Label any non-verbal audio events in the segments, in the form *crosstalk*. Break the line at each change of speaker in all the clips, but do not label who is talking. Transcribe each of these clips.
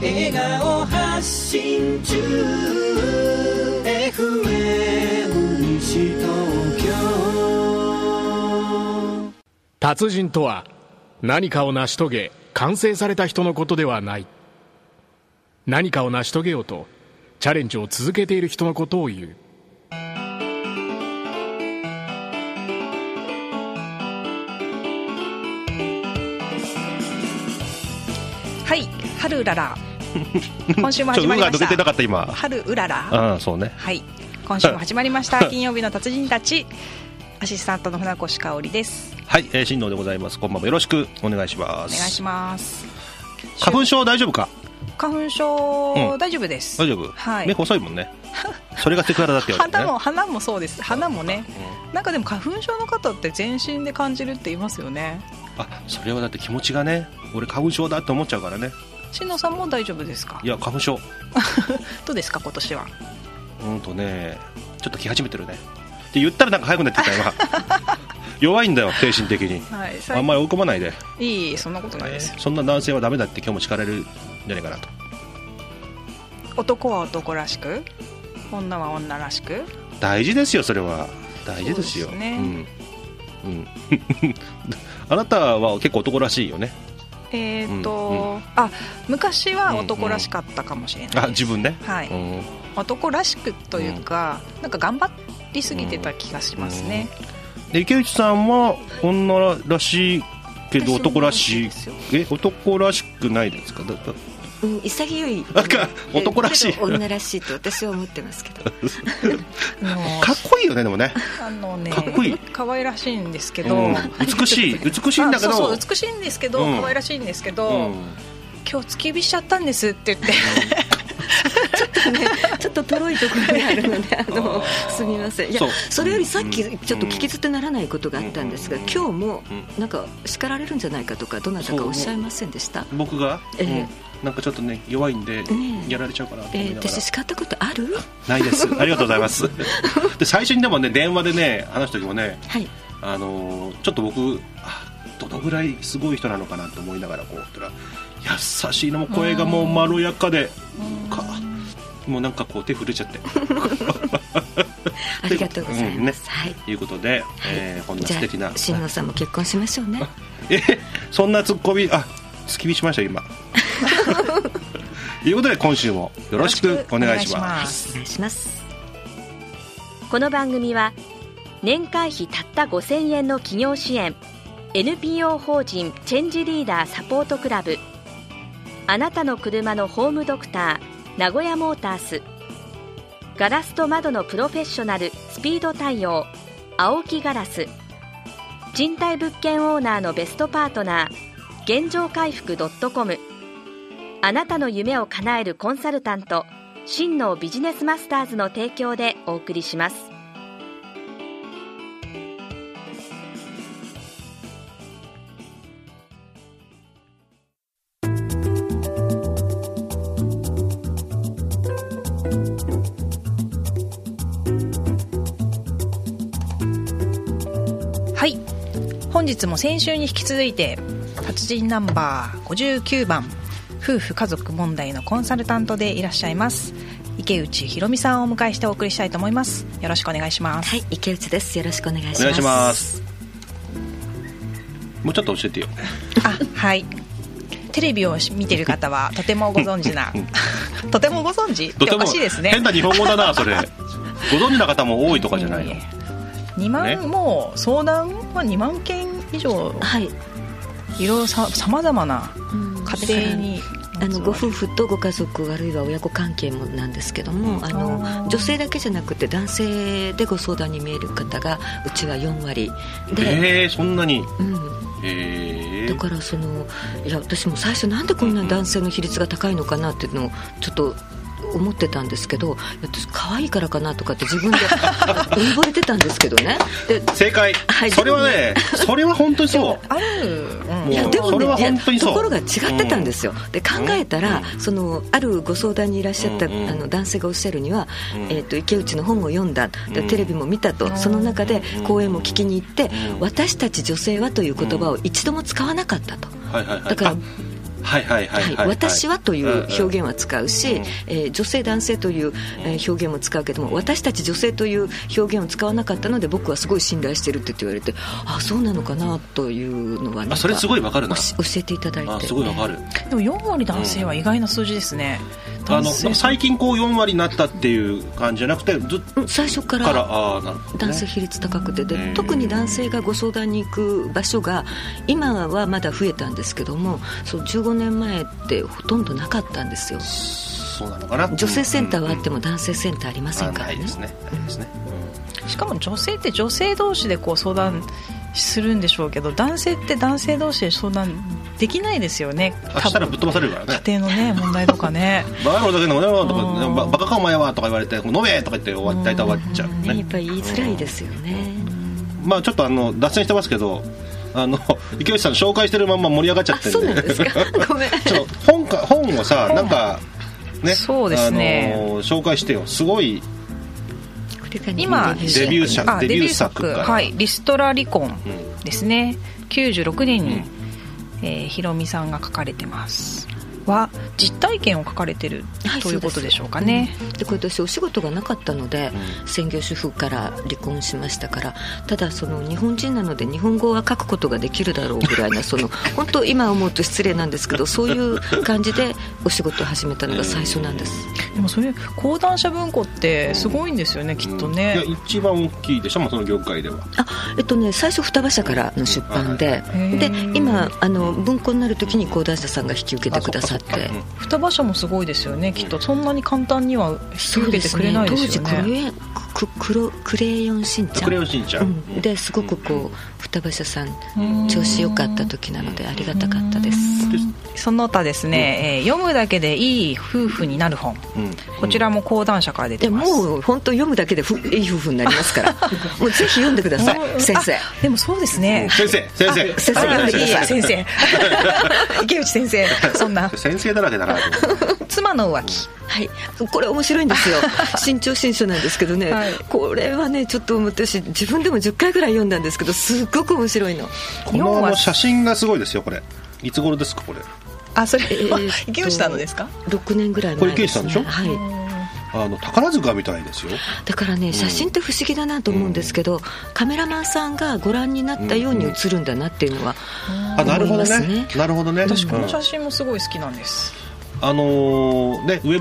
笑顔発信中 FM 西東京
達人とは何かを成し遂げ完成された人のことではない何かを成し遂げようとチャレンジを続けている人のことを言う
はい、春うら
*laughs*
ら。今週も
ちょっ
始
と
まり
運が
まし
抜け
た。
てなかった今
春うらら。
うんそうね
はい、今週も始まりま
*laughs*
した。金曜日の達人たち。アシスタントの船越香織です。
はい、えー、新藤でございますこんばんもよろしくお願いしま
お
す
願いします。
花粉症大丈夫か
花粉症、
うん
大丈夫です。
大丈夫、
はい
目細いもんねそれがセクハラだって言われて
花 *laughs*
ね
も花もそうです。花もね、なんかでも花粉症の方って全身で感じるって言いますよね。
あそれはだって気持ちがね俺花粉症だって思っちゃうからね
しのさんも大丈夫ですか
い。や花粉症
どうですか今年は。
うんとねちょっと来始めてるねって言ったらなんか早くなってき
*laughs*
た今弱いんだよ精神的に
はい、最
あんまり追い込まないで、
いいそんなことないですよ。
そんな男性はダメだって今日も叱られるんじゃないかなと
男は男らしく、女は女らしく。
大事ですよそれは大事ですよ
そうですね
うん、うん *laughs* あなたは結構男らしいよね
えーっと、
うん
あ昔は男らしかったかもしれないです、
あ自分ね、
はい、
うん
男らしくというか、なんか頑張りすぎてた気がしますね、
で池内さんは女らしいけど
私も
男らしい
ですよ
え男らしくないですかだだ
うん、潔い
なんか男らしい
けど女らしいと私は思ってますけど *laughs*
も
かっこいいよねでもね、
うあのね
かっこいい
可愛らしいんですけ
う
ど、
ん、美しい美しいんだけ
*laughs*
ど
あそうそう美しいんですけど、
うん
可愛らしいんですけど、
うん
今日突き火しちゃったんですって言って
ちょっととろいところがあるのであの
あー
すみませんいや
そう
それよりさっき
うん
ちょっと聞き捨てならないことがあったんですが、
うん
今日も
うん
なんか叱られるんじゃないかとかどなたかおっしゃいませんでした
僕が、
ええ
うんなんかちょっとね弱いんで
ええ
やられちゃうかなと
え
思い
ー
ながら、
私 *laughs* 叱ったことある
ないですありがとうございますで最初にでもね電話でね話す時もね
はい
あのーちょっと僕あどのぐらいすごい人なのかなと思いながらこうったら優しいのも声がもうまろやかでかもうなんかこう手震えちゃって
ありがとうござい
うんね
ます、はい
ということで、えーこんな
じゃ
素敵な
あ新野さんも結婚しましょうね
*laughs* えそんなツッコミあ突き火しました今ということで今週もよろしくお願いします
お願いします
この番組は年会費たった5000円の企業支援 NPO 法人チェンジリーダーサポートクラブあなたの車のホームドクター名古屋モータースガラスと窓のプロフェッショナルスピード対応青木ガラス人体物件オーナーのベストパートナー現状回復 .com あなたの夢を叶えるコンサルタント真のビジネスマスターズの提供でお送りします
はい本日も先週に引き続いて達人ナンバー59番夫婦家族問題のコンサルタントでいらっしゃいます池内ひろみさんをお迎えしてお送りしたいと思いますよろしくお願いし
*laughs*
ます
はい池内ですよろしくお願いします
お願いしますもうちょっと教えてよ
あはいテレビを見てる方はとてもご存知
*laughs*
なとてもご存知っておかしいですね
変な日本語だなそれご存知な方も多いとかじゃないの
2万、
ね
もう相談は2万件以上
はい、
いろいろさまざまな
うん
家庭に
あのご夫婦とご家族あるいは親子関係もなんですけども、あ
あー
の女性だけじゃなくて男性でご相談に見える方がうちは4割で、
えー、そんなに
うん、
え
だからそのいや私も最初なんでこんなに男性の比率が高いのかなっていうのをちょっと思ってたんですけど私可愛いからかなとかって自分でうぬぼれてたんですけどねで
正解、
はい
それはねそれは本当にそう
ある、うん
もう
いやでも
それ
ね
は本当に
いや
そう
ところが違ってたんですよ、で考えたら、
う
そのあるご相談にいらっしゃった、
うんうん
あの男性がおっしゃるには、
うん
えー、と池内の本を読んだで
うん
テレビも見たと、その中で
うん
講演も聞きに行って、
うん
私たち女性はという言葉を一度も使わなかったと。
はいはいはい
だから
あはいはいはいは
は
いい、はい、
私はという表
現
現は使うし、
うん
えー女性男性という、えー表現も使うけども私たち女性という表現を使わなかったので僕はすごい信頼してるって言われてあそうなのかなというのはなんか
あそれすごいわかるな
おし教えていただいて
あすごいわかる
でも4割男性は意外な数字ですね、
あ
男
の
性
まあ最近こう4割になったっていう感じじゃなくてずっ
うん最初
か
か
ららああなるほど、
男
ね
性、比率高くてで、
うん
特に男性がご相談に行く場所が今はまだ増えたんですけどもそう15年前ってほとんどなかったんですよ
そうなのかな
女性センターはあって
も
も男性センターありませんから
ない
ね
ですねないですね、
しかも女性って女性同士でこう相談するんでしょうけど男性って男性同士で相談できないですよね
うん、あしたらぶっ飛ばされるからね
家庭のね問題とか
*laughs*
ね
バカ野郎だけ飲めよとか、
うん
ババカかお前はとか言われて飲めとか言って終わっ大体終わっちゃう
ねや
ね
っぱり言いづらいですよね、
まあちょっとあの脱線してますけどあの池内さん紹介してるまんま盛り上がっちゃ
あ
って
そうなんですかごめん
*laughs* ちょっと本か本をさなんかね
そうですね
あの紹介してよすごい
今
デビュー作
あ
デビュー作から
はい、リストラ離婚
うん
ですね96年に、
うん
えーひろみさんが書かれてますは実体験を書かれてる
はい
ということでしょうかね、
そうですでこれ私お仕事がなかったので、
う
専業主婦から離婚しましたからただその日本人なので日本語は書くことができるだろうぐらいな
*laughs*
その本当今思うと失礼なんですけどそういう感じでお仕事を始めたのが最初なんです
でもそういう講談社文庫ってすごいんですよね、きっとね、
いや一番大きいでしょ、まあ、その業界では
あえっとね最初双葉社からの出版で
いはい
で
へー
今あの文庫になる時に講談社さんが引き受けてくださっ
あ
て
そっかそっか
双葉社もすごいですよねきっとそんなに簡単には引き受けてくれない
当
です
時
よ
ク
ね
レヨンククロクレヨンしんちゃ
クレ
ん
ヨンしんちゃん、
うん、ですごくこう双葉社さん
うん
調子良かった時なのでありがたかったです
その他ですね、えー読むだけでいい夫婦になる本
うん、うん
こちらも講談社から出
で
てます、
もう本当読むだけでふ *laughs* いい夫婦になりますから *laughs* もうぜひ読んでください先生
あでもそうですね
先生先生
あ先生
あ
あ
いいや先
先
生
*laughs*
池内先生そんな
先生だらけだなと思って
妻の浮気
はいこれ面白いんですよ新潮新書なんですけどね、
はい
これはねちょっと思ってし自分でも10回ぐらい読んだんですけどすっごく面白いの
こ
日本
の
は
写真がすごいですよこれいつ頃ですかこれ
あそれ
えーっと
池内さんのですか
6年ぐらい前
これ池内さんでしょ
はい
あの宝塚みたいですよ
だからね写真って不思議だなと思うんですけど、カメラマンさんがご覧になったように写るんだなっていうのは、
あなるほど
思います
ね
ね
なるほどね
私この
うん
写真もすごい好きなんです、
あのーね、ウェ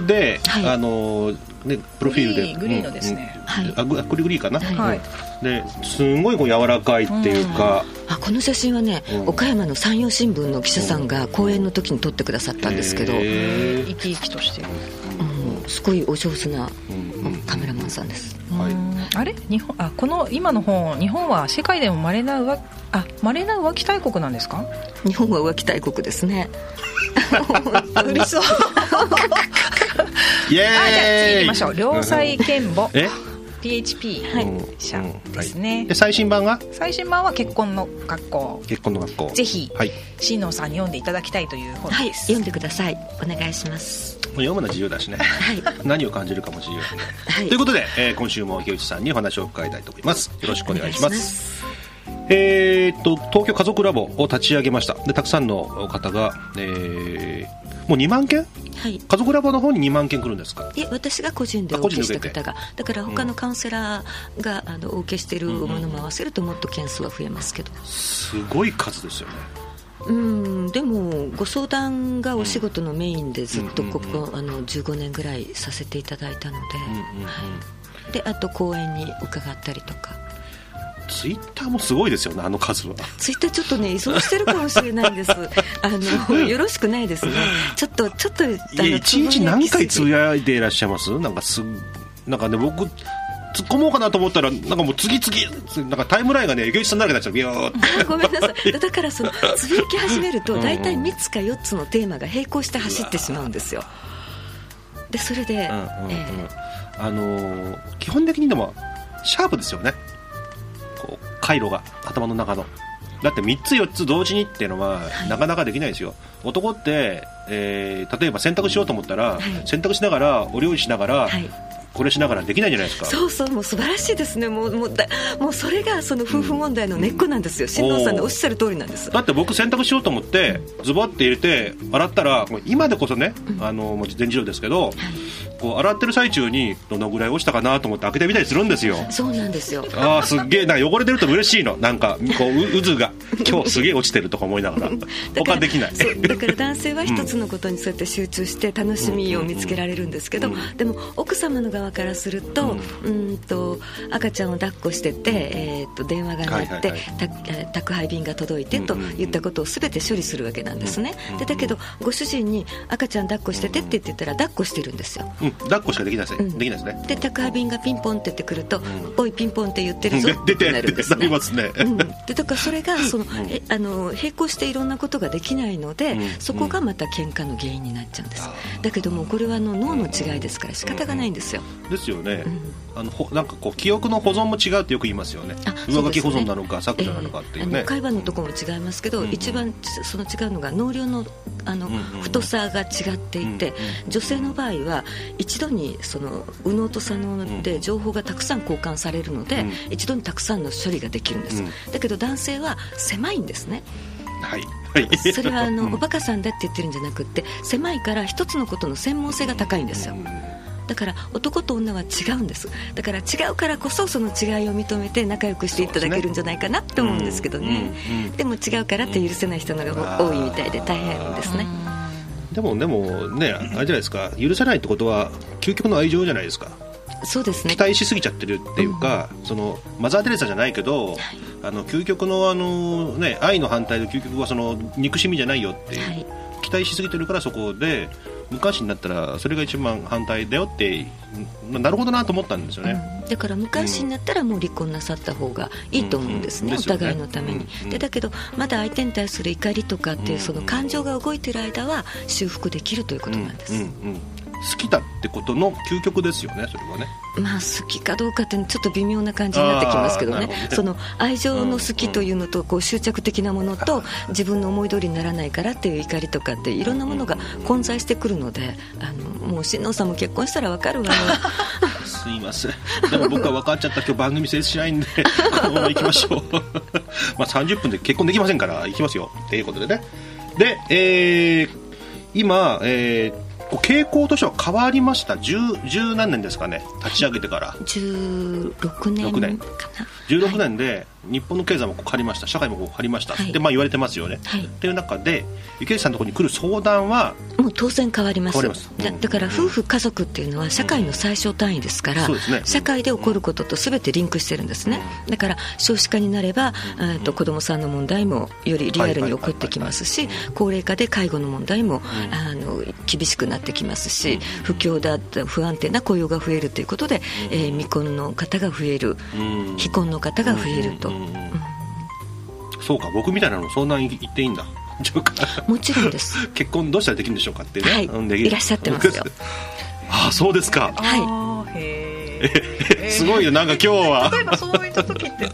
ブで、
はい
あのーね、プロフィール
グリ
で
ーングリーンのですね
うんうん
はい
あググリグリかな、
はい
ですごいこう柔らかいっていうか、
あこの写真はね、
うん
岡山の山陽新聞の記者さんが講演の時に撮ってくださったんですけど、
へー
生き生きとしてる、
うんすごいお上手な
うんうん
カメラマンさんです、
はい
うんあれ日本あこの今の本日本は世界でもまれな浮あ稀な浮気大国なんですか
日本は浮気大国ですね
うれしそう
イエーイ
あじゃあ次行きましょう良妻賢母
え
PHP
うん
社
うん
ですね、
で最新版が
最新版は結婚の学校
結婚の学校
ぜひ
はい、
新野さんに読んでいただきたいという本
はい
です、
読んでくださいお願いします
読むのは自由だしね
はい、
何を感じるかも自由、
はい
ということで、えー今週も池内さんにお話を伺いたいと思いますよろしくお願いしま
お願いします
えーっと東京家族ラボを立ち上げましたでたくさんの方が、えーもう2万件
はい
家族ラボの方に2万件来るんですか
いや私が個人で
あ
お
個
受
人で
けし
受
た
けて
方がだから他のカウンセラーがあのお受けしているものも合わせるともっと件数は増えますけど
すごい数ですよね
うんでもご相談がお仕事のメインでずっとここ、あの15年ぐらいさせていただいたので、
うんうんうん
はい、であと講演に伺ったりとか
ツイッターもすごいですよねあの数は
ツイッターちょっとね依存してるかもしれないんで
*laughs*
すあのよろしくないですねちょっとちょっとあの
いや一日何回つ
つぶや
ぶ
きすぎ
やいていらっしゃいますなんかすなんかね僕突っ込もうかなと思ったらなんかもう次々なんかタイムラインがね池内さんだらけになっちゃうビューって
あごめんなさいだからそのつぶやき始めると大体3つか4つのテーマが並行して走ってしまうんですよでそれで、
うんうんうん
えー
あのー基本的にでもシャープですよねこう回路が頭の中のだって3つ4つ同時にっていうのはなかなかできないですよ、男って、えー例えば洗濯しようと思ったら、
い
洗濯しながらお料理しながら、
はい
これしながらできないじゃないですか
そうそうもう素晴らしいですねもうもうだもうそれがその夫婦問題の根っこなんですよ新藤さんのおっしゃる通りなんです
だって僕洗濯しようと思ってズボって入れて洗ったらもう今でこそね、あのもう全自動ですけど、こう洗ってる最中にどのぐらい落ちたかなと思って開けてみたりするんですよ
そうなんです
*laughs*
よ
あーすっげえなんか汚れてると嬉しいのなんかこうう渦が今日すげえ落ちてるとか思いな
*laughs*
がら
だから
他できない
そうだから男性は一つのことにそうやって集中して楽しみを見つけられるんですけど、でも奥様の側からすると,、うーんと赤ちゃんを抱っこしてて、えー、と電話が鳴って、
はい
たえー宅配便が届いてと
うんうんうん
言ったことを全て処理するわけなんですね、でだけどご主人に赤ちゃん抱っこしててって言ってたら抱っこしてるんですよ
*laughs* うん、抱っこしかできないですね、
うん
できないですね
で宅配便がピンポンって言ってくると「おいピンポンって言ってるぞ」
で
っ
出
て
て
なるん
出
で
て
す
な
ね
りますね、
うん、でだからそれがその、えあの並行していろんなことができないので、
うん
そこがまた喧嘩の原因になっちゃうんです、だけどもうこれはあの脳の違いですから仕方がないんですよ、
ですよね、あのほなんかこう記憶の保存も違うってよく言いますよね
あ
上書き
そ
保
うですね
存なのか削除なのかっていう
ええあ
ね
の、会話のとこも違いますけど、
うん
一番ちその違うのが脳量のあの、
うんうん
太さが違っていて、
うん
女性の場合は一度にその右脳と左脳で情報がたくさん交換されるので、
うん
一度にたくさんの処理ができるんです、
うん
だけど男性は狭いんですね
はいはい
*laughs* それはあのおバカさんだって言ってるんじゃなくって狭いから一つのことの専門性が高いんですよだから男と女は違うんですだから違うからこそその違いを認めて仲良くしていただけるんじゃないかなって思うんですけどね
うんうん
でも違うからって許せない人の方が多いみたいで大変ですね
でもでもねあれじゃないですか許さないってことは究極の愛情じゃないですか
そうですね
期待しすぎちゃってるっていうか、そのマザー・テレサじゃないけど、あの究極のあの、ね、愛の反対で究極はその憎しみじゃないよっていう、
はい
期待しすぎてるからそこで無関心になったらそれが一番反対だよってんなるほどなと思ったんですよね。
うんだから無関心になったらもう離婚なさった方がいいと思うんですね、
うんうん
お互いのために、
ですよねうんうん
でだけどまだ相手に対する怒りとかっていうその感情が動いてる間は修復できるということなんです、
うんうんうん好きだってことの究極ですよねそれはね
まあ好きかどうかっていうのはちょっと微妙な感じになってきますけど
あーな
ね
るほどね
その愛情の好きというのとこう執着的なものと自分の思い通りにならないからっていう怒りとかっていろんなものが混在してくるのであのもう新郎さんも結婚したらわかる
*laughs*
わよ
すいませんでも僕は分かっちゃった今日番組成立しないん
*laughs*
でこのまま行きましょう *laughs* まあ30分で結婚できませんから行きますよっていうことでねで、えー今、えーこう傾向としては変わりました十十何年ですかね立ち上げてから
16年か
6
な
年16年で日本の経済もこう変わりました社会もこう変わりました、
はい
でまあ言われてますよね、
はい
っていう中で池内さんのところに来る相談は
もう当然変わります
変わりますうん
だだから夫婦家族っていうのは社会の最小単位ですから、
そうですね
社会で起こることと全てリンクしてるんですねだから少子化になれば、えーと子どもさんの問題もよりリアルに起こってきますし高齢化で介護の問題も、あの厳しくなってきますし不況だった不安定な雇用が増えるということで、えー未婚の方が増える
うん
非婚の方が増えると、
うんうんうんそうか僕みたいなの相談い行っていいんだ *laughs* ちょっと
もちろん
*laughs*
です
結婚どうしたらできるんでしょうかってね、
はい
うんできる
いらっしゃってますよ
*laughs* ああそうですか
はい
あーへえ
すごいよなんか今日は
例えばそういった時って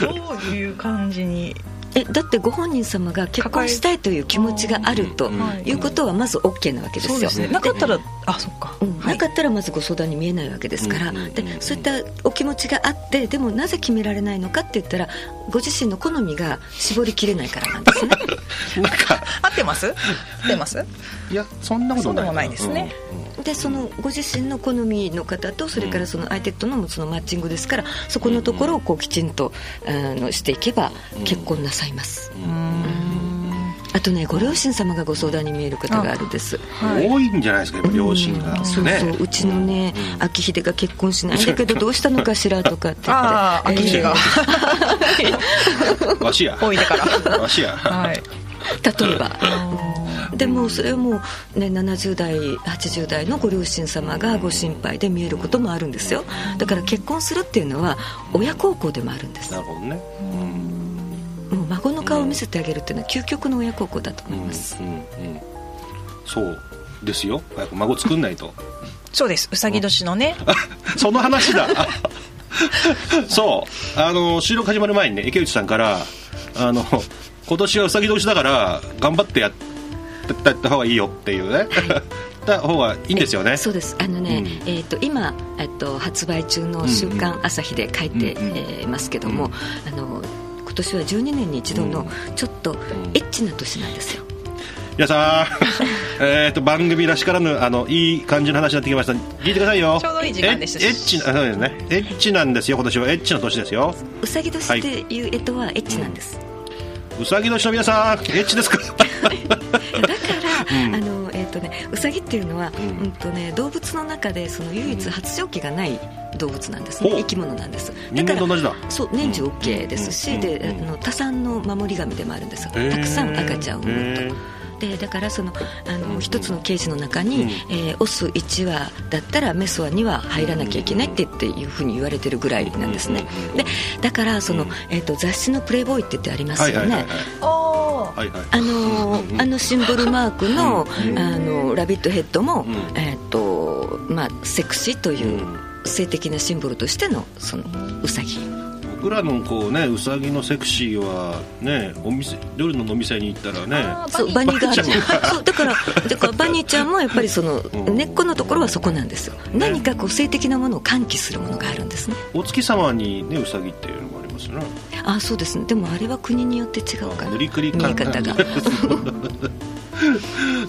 どういう感じに
えだってご本人様が結婚したいという気持ちがあると
はい
いうことはまず OK なわけですよ
なかったらあそっか、
うん
はい
なかったらまずご相談に見えないわけですから、
うんうんうん
でそういったお気持ちがあってでもなぜ決められないのかって言ったらご自身の好みが絞りきれないからな
*laughs*
んですね
なんか
合ってます合ってます
いやそんなこと
そ
ない
うでもないですね、
でそのご自身の好みの方とそれからその相手とのそのマッチングですからそこのところをこうきちんとあのしていけば結婚なさいます、あとねご両親様がご相談に見える方があるです
うん多いんじゃないですかやっぱ両親が、ね
そうそううちのね、秋秀が結婚しないんだけどどうしたのかしらとかって言って
ああ秋秀が
わしや
置いてから
わし
*laughs*
や、
はい
例えばでもそれはもう、ね、70代80代のご両親様がご心配で見えることもあるんですよだから結婚するっていうのは親孝行でもあるんです
な
も
るほどね
う孫の顔を見せてあげるっていうのは究極の親孝行だと思います、
うんうんうんそうですよ早く孫作んないと
そうですうさぎ年のね
その話だ *laughs* そうあの収録始まる前にね池内さんからあの今年はうさぎ年だから頑張ってやっってった方がいいよっていうねた方がいいんですよね
そうですあのね、えー、と今、えっと発売中の「週刊朝日」で書いて、
うんうん
えーますけども、あの今年は12年に一度のちょっとエッチな年なんですよ、
皆さんえーと番組らしからぬあのいい感じの話になってきました聞いてくださいよ
ちょうどいい時間でしたし
エッエッチなそうですねエッチなんですよ今年はエッチな年ですよ
うさぎ年っていう干支はエッチなんです、
うさぎ年の皆さん
*laughs*
エッチですか
だから、あのえっ、とねウサギっていうのは、うんとね動物の中でその唯一発情期がない動物なんですね、
ほう
生き物なんです
人間と同じだ
そう年中 OK ですし、
うん
で
うん
あの多産の守り神でもあるんですよ
へー
たくさん赤ちゃんを産むと
へー。
でだからそのあの一つのケージの中に、
うん
えーオス1羽だったらメスは2羽入らなきゃいけないってっていうふうに言われてるぐらいなんですね、でだからその、えー、と雑誌の「プレイボーイ」って言ってありますよね、
おー
はいはい
あのーあのシンボルマークの「あのラビットヘッドも」
ん
えーとまあ、セクシーという性的なシンボルとしてのそのウサギ
僕らのこうねうさぎのセクシーはねお店夜のお店に行ったらね
そうバニーガールそうだからだからバニーちゃんもやっぱりその
ん
根っこのところはそこなんですよ何かこう性的なものを喚起するものがあるんですね
お月様にねうさぎっていうのもありますよね
あそうですねでもあれは国によって違うから
無理くり
見え方が
*laughs*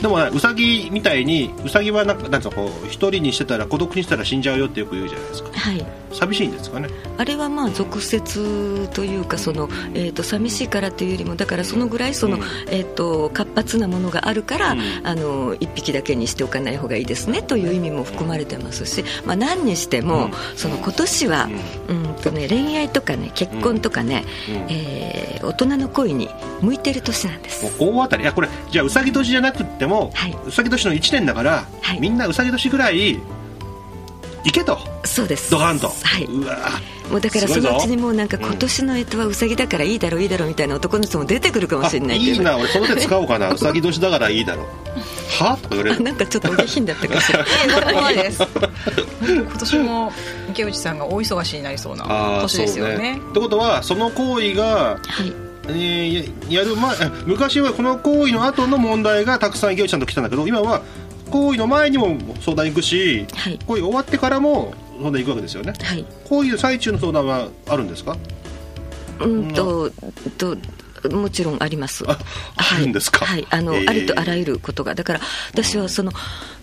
でもねうさぎみたいにうさぎはなんかなんかこう一人にしてたら孤独にしてたら死んじゃうよってよく言うじゃないですか
はい
寂しいんですかね
あれはまあ俗説というかその、えー、と寂しいからというよりもだからそのぐらいその、
うん
えー、と活発なものがあるから、
うん
あの1匹だけにしておかない方がいいですねという意味も含まれてますし、まあ、何にしても、
うん
その今年は、うんとね、恋愛とか、ね、結婚とかね、
うんうん
えー大人の恋に向いてる年なんです。
もう大当たりいやこれじゃあうさぎ年じゃなくっても、
はいう
さぎ年の1年だから、
はい
みんなうさぎ年ぐらい行けと
そうです
ドカンと、
はいう
わ
もうだか
す
ら
ご
そ
いぞ
のうちにもうなんか今年の干支はウサギだからいいだろういいだろうみたいな男の人も出てくるかもしれない
あ
っていう
い
のが
な俺その手使おうかなうさぎ年だからいいだろうはとか言われ
あ
る
なんかちょっとお下品だったかもしれない
怖い
*laughs*
です今年も池内さんが大忙しになりそうな
ああ
年
そう
ですよね
ねってことはその行為が、 *laughs*
はい
えーややる前え昔はこの行為の後の問題がたくさん池内さんと来たんだけど今は行為の前にも相談行くし、
はい
行為終わってからも相談行くわけですよね
はい
行為の最中の相談はあるんですか
うんとともちろんあります。
ああるんですか
はい、はいあの、
えー
ありとあらゆることが、だから、私はその、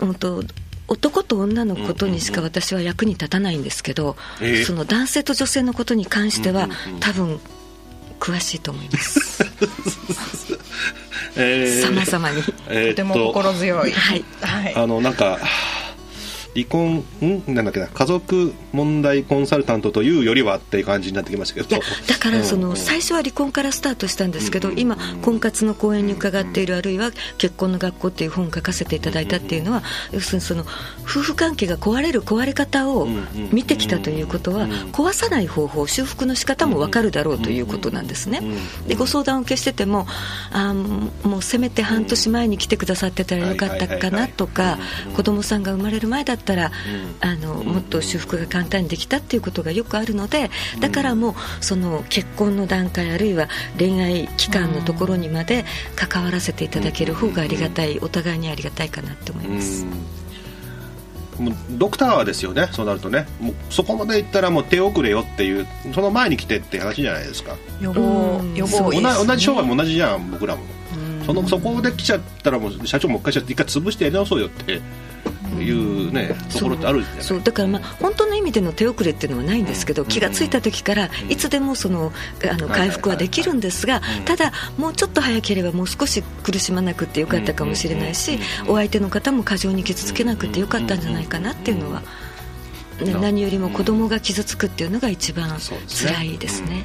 うんと。男と女のことにしか私は役に立たないんですけど、
えー
その男性と女性のことに関しては、
うんうんうん
多分詳しいと思います。
えー
様
*laughs*
々に。
えー
と
ってと
も心強い
はい。
はい
あのなんか離婚んなんだっけな家族問題コンサルタントというよりはっていう感じになってきましたけ
い
ど
やだからそ
う
の、
んうん
最初は離婚からスタートしたんですけど、今婚活の講演に伺っている、あるいは結婚の学校っていう本を書かせていただいたっていうのは、要するにその夫婦関係が壊れる壊れ方を
んうん
見てきたということは、
うん
壊さない方法修復の仕方も分かるだろうということなんですね、でご相談を受けしててもあーもうせめて半年前に来てくださってたらよかったかなと
はいは
か
いはいはい
子供さんが生まれる前だったら、あのもっと修復が簡単にできたっていうことがよくあるのでだからもうその結婚の段階あるいは恋愛期間のところにまで関わらせていただける方がありがたいお互いにありがたいかなって思います。
うんもうドクターですよねそうなるとねもうそこまで行ったらもう手遅れよっていうその前に来てって話じゃないですか
予防
うん
予
そ
防い
同
う
いですね
同じ商売も同じじゃん僕らもそのそこで来ちゃったらもう社長もう一回ちゃって一回潰してやり直そうよっていうねところってあるじゃない
そうだからまあ本当の意味での手遅れっていうのはないんですけど気がついた時からいつでもそのあの回復はできるんですがただもうちょっと早ければもう少し苦しまなくてよかったかもしれないしお相手の方も過剰に傷つけなくてよかったんじゃないかなっていうのはね何よりも子供が傷つくっていうのが一番
そうですね
辛いですね。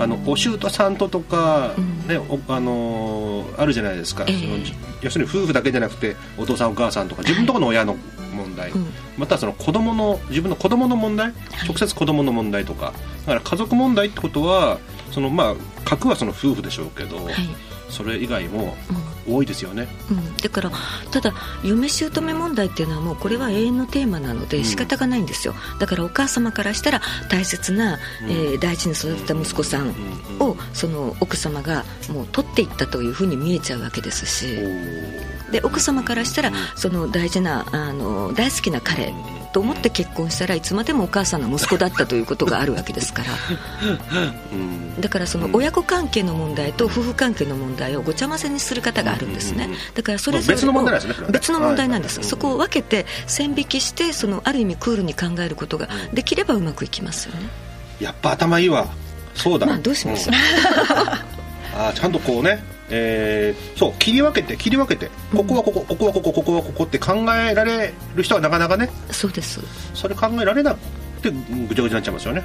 あのお舅さんととか、
うん
ねおあのーあるじゃないですか、
ええ
そのじ要するに夫婦だけじゃなくてお父さんお母さんとか自分とこの親の問題、
うん
またはその子供の自分の子供の問題、直接子供の問題とかだから家族問題ってことはそのまあ核はその夫婦でしょうけど、
はい
それ以外も
うん
多いですよね
うん、だからただ嫁姑問題っていうのはもうこれは永遠のテーマなの
う
で
ん
仕方がないんですよ、だからお母様からしたら大切な、
うん
えー大事に育てた息子さん
うん
をその奥様がもう取っていったというふうに見えちゃうわけですし
お
で奥様からしたらその大事なあの大好きな彼と思って結婚したらいつまでもお母さんの息子だったということがあるわけですから。
うん
だからその親子関係の問題と夫婦関係の問題をごちゃ混ぜにする方があるんですね、
うんうんうん
だからそれぞれを
別の問題なんですねそれはね
別の問題なんです
はい
そこを分けて線引きしてそのある意味クールに考えることができればうまくいきますよね、
やっぱ頭いいわそうだ、
まあどうしましょう、
あーちゃんとこうね、えーそう切り分けて切り分けてここはここここはここここはここって考えられる人はなかなかね
そうです、
それ考えられなくてぐちゃぐちゃになっちゃいますよね、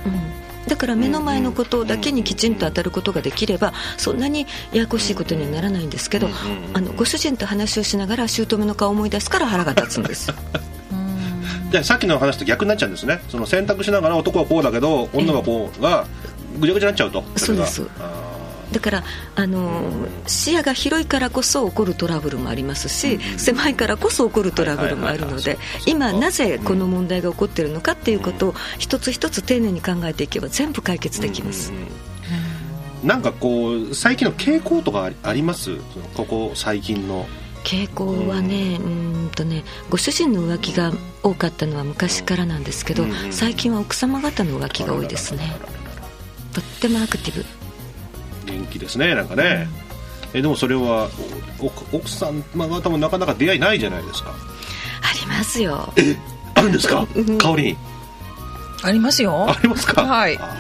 うん、だから目の前のことだけにきちんと当たることができればそんなにややこしいことにはならないんですけど、
うんうんうん
あのご主人と話をしながら姑の顔を思い出すから腹が立つんです
じゃあさっきの話と逆になっちゃうんですねその選択しながら男はこうだけど女はこうがぐちゃぐちゃになっちゃうとれが
そうです
あ
だからあの視野が広いからこそ起こるトラブルもありますし、狭いからこそ起こるトラブルもある
は
の
いはいはい
で
はいそうか
今なぜこの問題が起こってるのかっていうことを一つ一つ丁寧に考えていけば全部解決できます、
ーなんかこう最近の傾向とかありありますそのここ最近の
傾向はねうーんとねご主人の浮気が多かったのは昔からなんですけど、
うん
最近は奥様方の浮気が多いですね
あらららららら
とってもアクティブ
元気ですねなんかね、えでもそれはお奥奥さんまあ方もなかなか出会いないじゃないですか
ありますよ
あるんですか
うん
香り
ありますよ
ありますか
はい
あら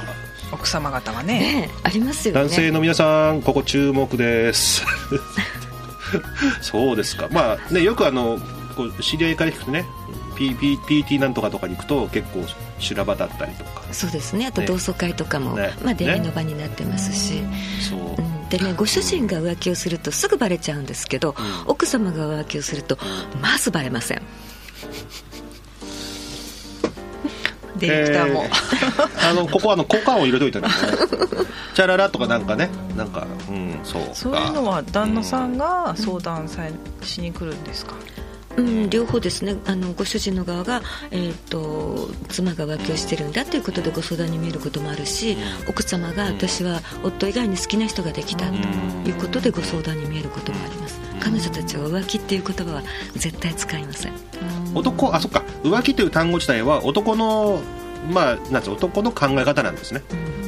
奥様方はね
ねえありますよね
男性の皆さんここ注目です
*laughs*
そうですかまあねよくあのこう知り合いから聞くとね P P PT なんとかとかに行くと結構修羅場だったりとか
そうですねあと
ね
同窓会とかも、
ね
まあ、出会いの場になってますし、
そう、
うんでねご主人が浮気をするとすぐバレちゃうんですけど、
うん
奥様が浮気をするとまずバレません
ディレクターも、
えーあのここはあの効果音入れといたんですよねチャララとかなんかねなんかうんそうか
そういうのは旦那さんが相談さえしに来るんですか、
うん、両方ですねあのご主人の側が、えー、と妻が浮気をしてるんだということでご相談に見えることもあるし奥様が私は夫以外に好きな人ができたということでご相談に見えることもあります彼女たちは浮気っていう言葉は絶対使いません
男あそっか浮気という単語自体は男のまあなんつうの男の考え方なんですね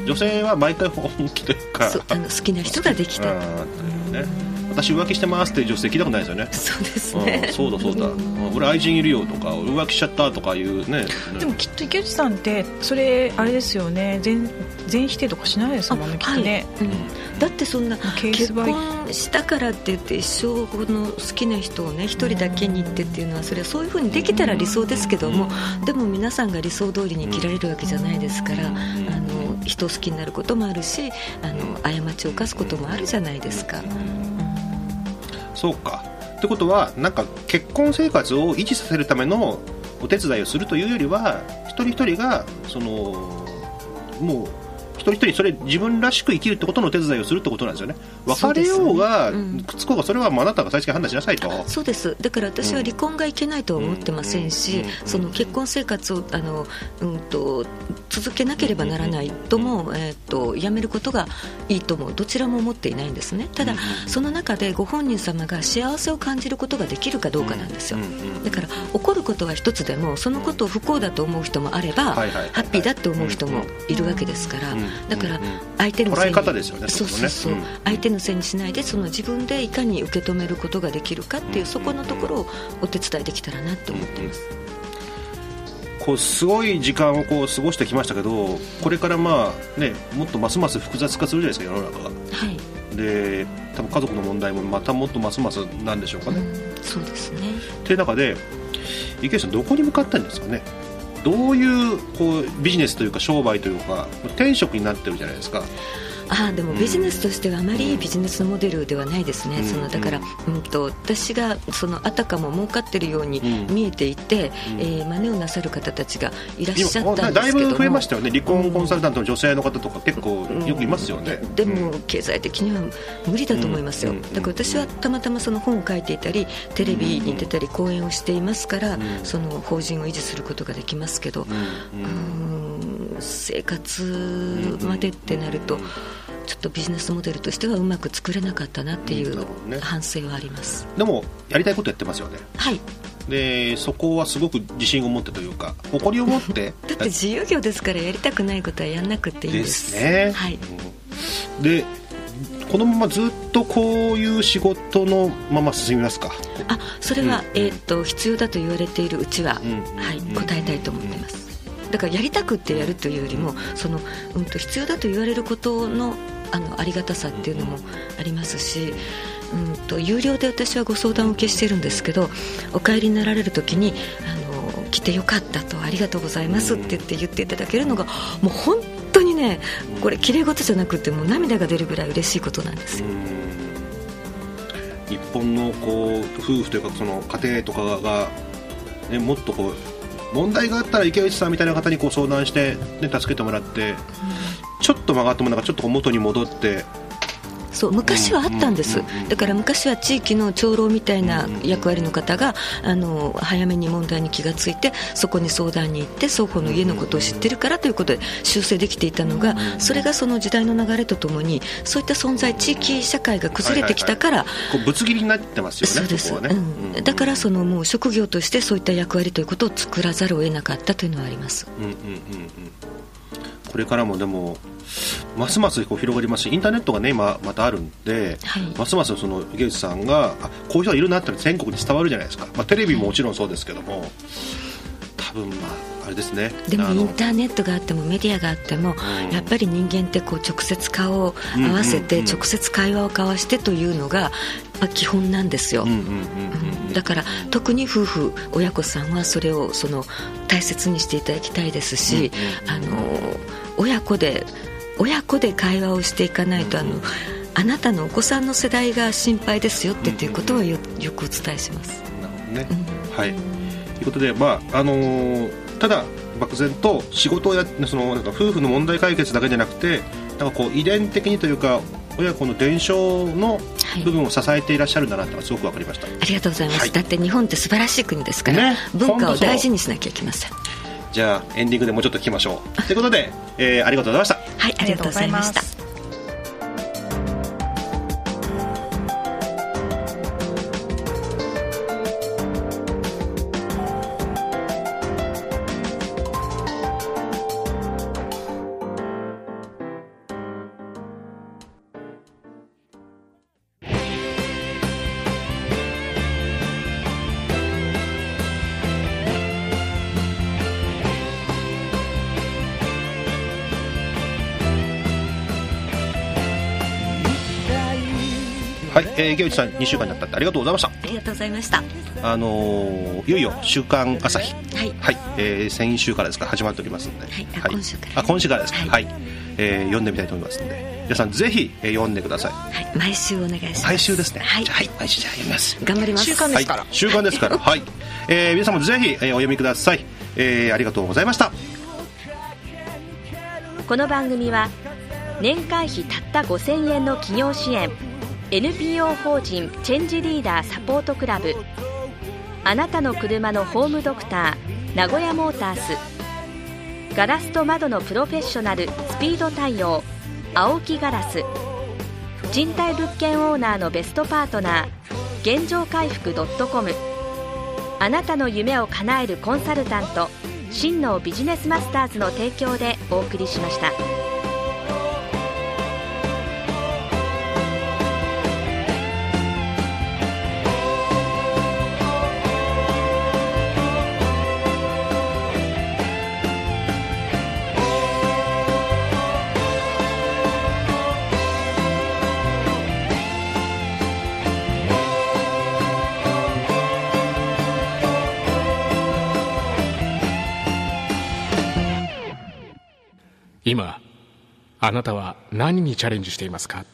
女性は毎回本気というか
そうあの好きな人ができた
あーというね私浮気してますっていう女性聞いたことないですよね
そうです
うん
ね
そうだそうだうん俺愛人いるよとか俺浮気しちゃったとかいうね
でもきっと池内さんってそれあれですよね全全否定とかしないですもんねきっとね、
はいうん、だってそんな
ケース
結
バイ
婚したからって言って一生この好きな人をね一人だけにってっていうのはそれはそういうふうにできたら理想ですけどもでも皆さんが理想通りに生きられるわけじゃないですからあの人を好きになることもあるしあの過ちを犯すこともあるじゃないですか
そうかってことはなんか結婚生活を維持させるためのお手伝いをするというよりは一人一人がそのもう一人一人それ自分らしく生きるってことのお手伝いをするってことなんですよね別れようが
そうですねうん
くっつこうがそれはもうあなたが最終的に判断しなさいと
そうですだから私は離婚がいけないとは思ってませんし、
うん
その結婚生活をあの、うん、と続けなければならないとも、えー、とやめることがいいともどちらも思っていないんですねただ、その中でご本人様が幸せを感じることができるかどうかなんですよ、
うんうん
だから怒ることは一つでもそのことを不幸だと思う人もあれば、
はいはいはいはい
ハッピーだって思う人もいるわけですから、
うん
だから
うんうん
相手のせい
捉え
に
方ですよね
そうそう
そ
そ
こ
う、
もねう
相手のせいにしないでその自分でいかに受け止めることができるかっていうそこのところをお手伝いできたらなと思ってます、
こうすごい時間をこう過ごしてきましたけどこれからまあねもっとますます複雑化するじゃないですか世の中が
はい
で多分家族の問題もまたもっとますますなんでしょうかね、
そうですね
っていう中で池内さんどこに向かったんですかねどういうこうビジネスというか商売というか転職になってるじゃないですか
ああでもビジネスとしてはあまりいいビジネスモデルではないですね、
うん
そのだから、うん、と私がそのあたかも儲かってるように
うん
見えていて、
うん
えー真似をなさる方たちがいらっしゃ
今
った
だ
んで
だい
すけど
ぶ
も
増えましたよね離婚コンサルタントの女性の方とか結構よくいますよね、
でも経済的には無理だと思いますよ、
うんうん
だから私はたまたまその本を書いていたりテレビに出たり講演をしていますから、
ん
その法人を維持することができますけど
う、んうん
うーん生活までってなるとちょっとビジネスモデルとしてはうまく作れなかったなってい
うんな
う
るほどね
反省はあります、
でもやりたいことやってますよね
はい
でそこはすごく自信を持ってというか誇りを持って
*laughs* だって自由業ですからやりたくないことはやんなくていいん
で
です
すね、
はい、
うんでこのままずっとこういう仕事のまま進みますか
あそれは、
うん
えーっと必要だと言われているうちは、
うん
はい
うん、
答えたいと思ってますだからやりたくってやるというよりもその、うん、と必要だと言われることのあのありがたさっていうのもありますし、うん、と有料で私はご相談を受けしてるんですけどお帰りになられる時にあの来てよかったとありがとうございますって言って言っていただけるのがもう本当にねこれ綺麗事じゃなくてもう涙が出るぐらい嬉しいことなんですよ。
日本のこう夫婦というかその家庭とかが、ね、もっとこう問題があったら池内さんみたいな方にこう相談して、ね、助けてもらって、ちょっと曲がってもなんかちょっと元に戻って
そう昔はあったんです、
うんうんうんうん
だから昔は地域の長老みたいな
うんうんうん
役割の方があの早めに問題に気がついてそこに相談に行って双方の家のことを知ってるからということで修正できていたのがそれがその時代の流れとともにそういった存在地域社会が崩れてきたから、
こうぶつ切りになってますよね
そうです、
ここは
う
ね、
ん、だからそのもう職業としてそういった役割ということを作らざるを得なかったというのはあります
うんうんうんうんこれからもでもますますこう広がりますしインターネットがね今またあるんで、
はい
ますますその池内さんがあこういう人がいるなってのは全国に伝わるじゃないですか、まあ、テレビももちろんそうですけども多分まああれですね
でも
あ
イ
の
ンターネットがあってもメディアがあっても
うん
やっぱり人間ってこう直接顔を合わせ
うん
て
うんうん
直接会話を交わしてというのがまあ基本なんですよ
うん。うんうんうん
だから特に夫婦親子さんはそれをその大切にしていただきたいですし、あの親子で親子で会話をしていかないとあのあなたのお子さんの世代が心配ですよってということをよよくお伝えします。
なるほどね、
うん
はいということでまああのーただ漠然と仕事をやそのなんか夫婦の問題解決だけじゃなくてなんかこう遺伝的にというか親子の伝承の
はい
部分を支えていらっしゃるんだなってのがすごくわかりました、
ありがとうございます、
はい
だって日本って素晴らしい国ですから、
ね
文
本
化を
当そう
大事にしなきゃいけません
じゃあエンディングでもうちょっと聞きましょうということで、えーありがとうございました
はいありがとうございました
はい、えー、池内さん2週間になったってありがとうございまし
ありがとうございました
たあのーいよいよ「週刊朝日」
はい
はい、えー先週からですか始まっておりますので、
はいあ今週から
あ今週からですかは、
はいい
えー読んでみたいと思いますので皆さんぜひ、えー読んでください
はい、毎週お願いします
来週ですね
はい
じゃあはい毎週じゃあ読みます
頑張ります
週間ですから
はい、週刊です
*laughs*
からはい、えー皆さんもぜひ、えーお読みください、えーありがとうございました
この番組は年会費たった5000円の企業支援 NPO 法人チェンジリーダーサポートクラブあなたの車のホームドクター名古屋モータースガラスと窓のプロフェッショナルスピード対応青木ガラス人体物件オーナーのベストパートナー現状回復 .com あなたの夢を叶えるコンサルタント真のビジネスマスターズの提供でお送りしました。
今あなたは何にチャレンジしていますか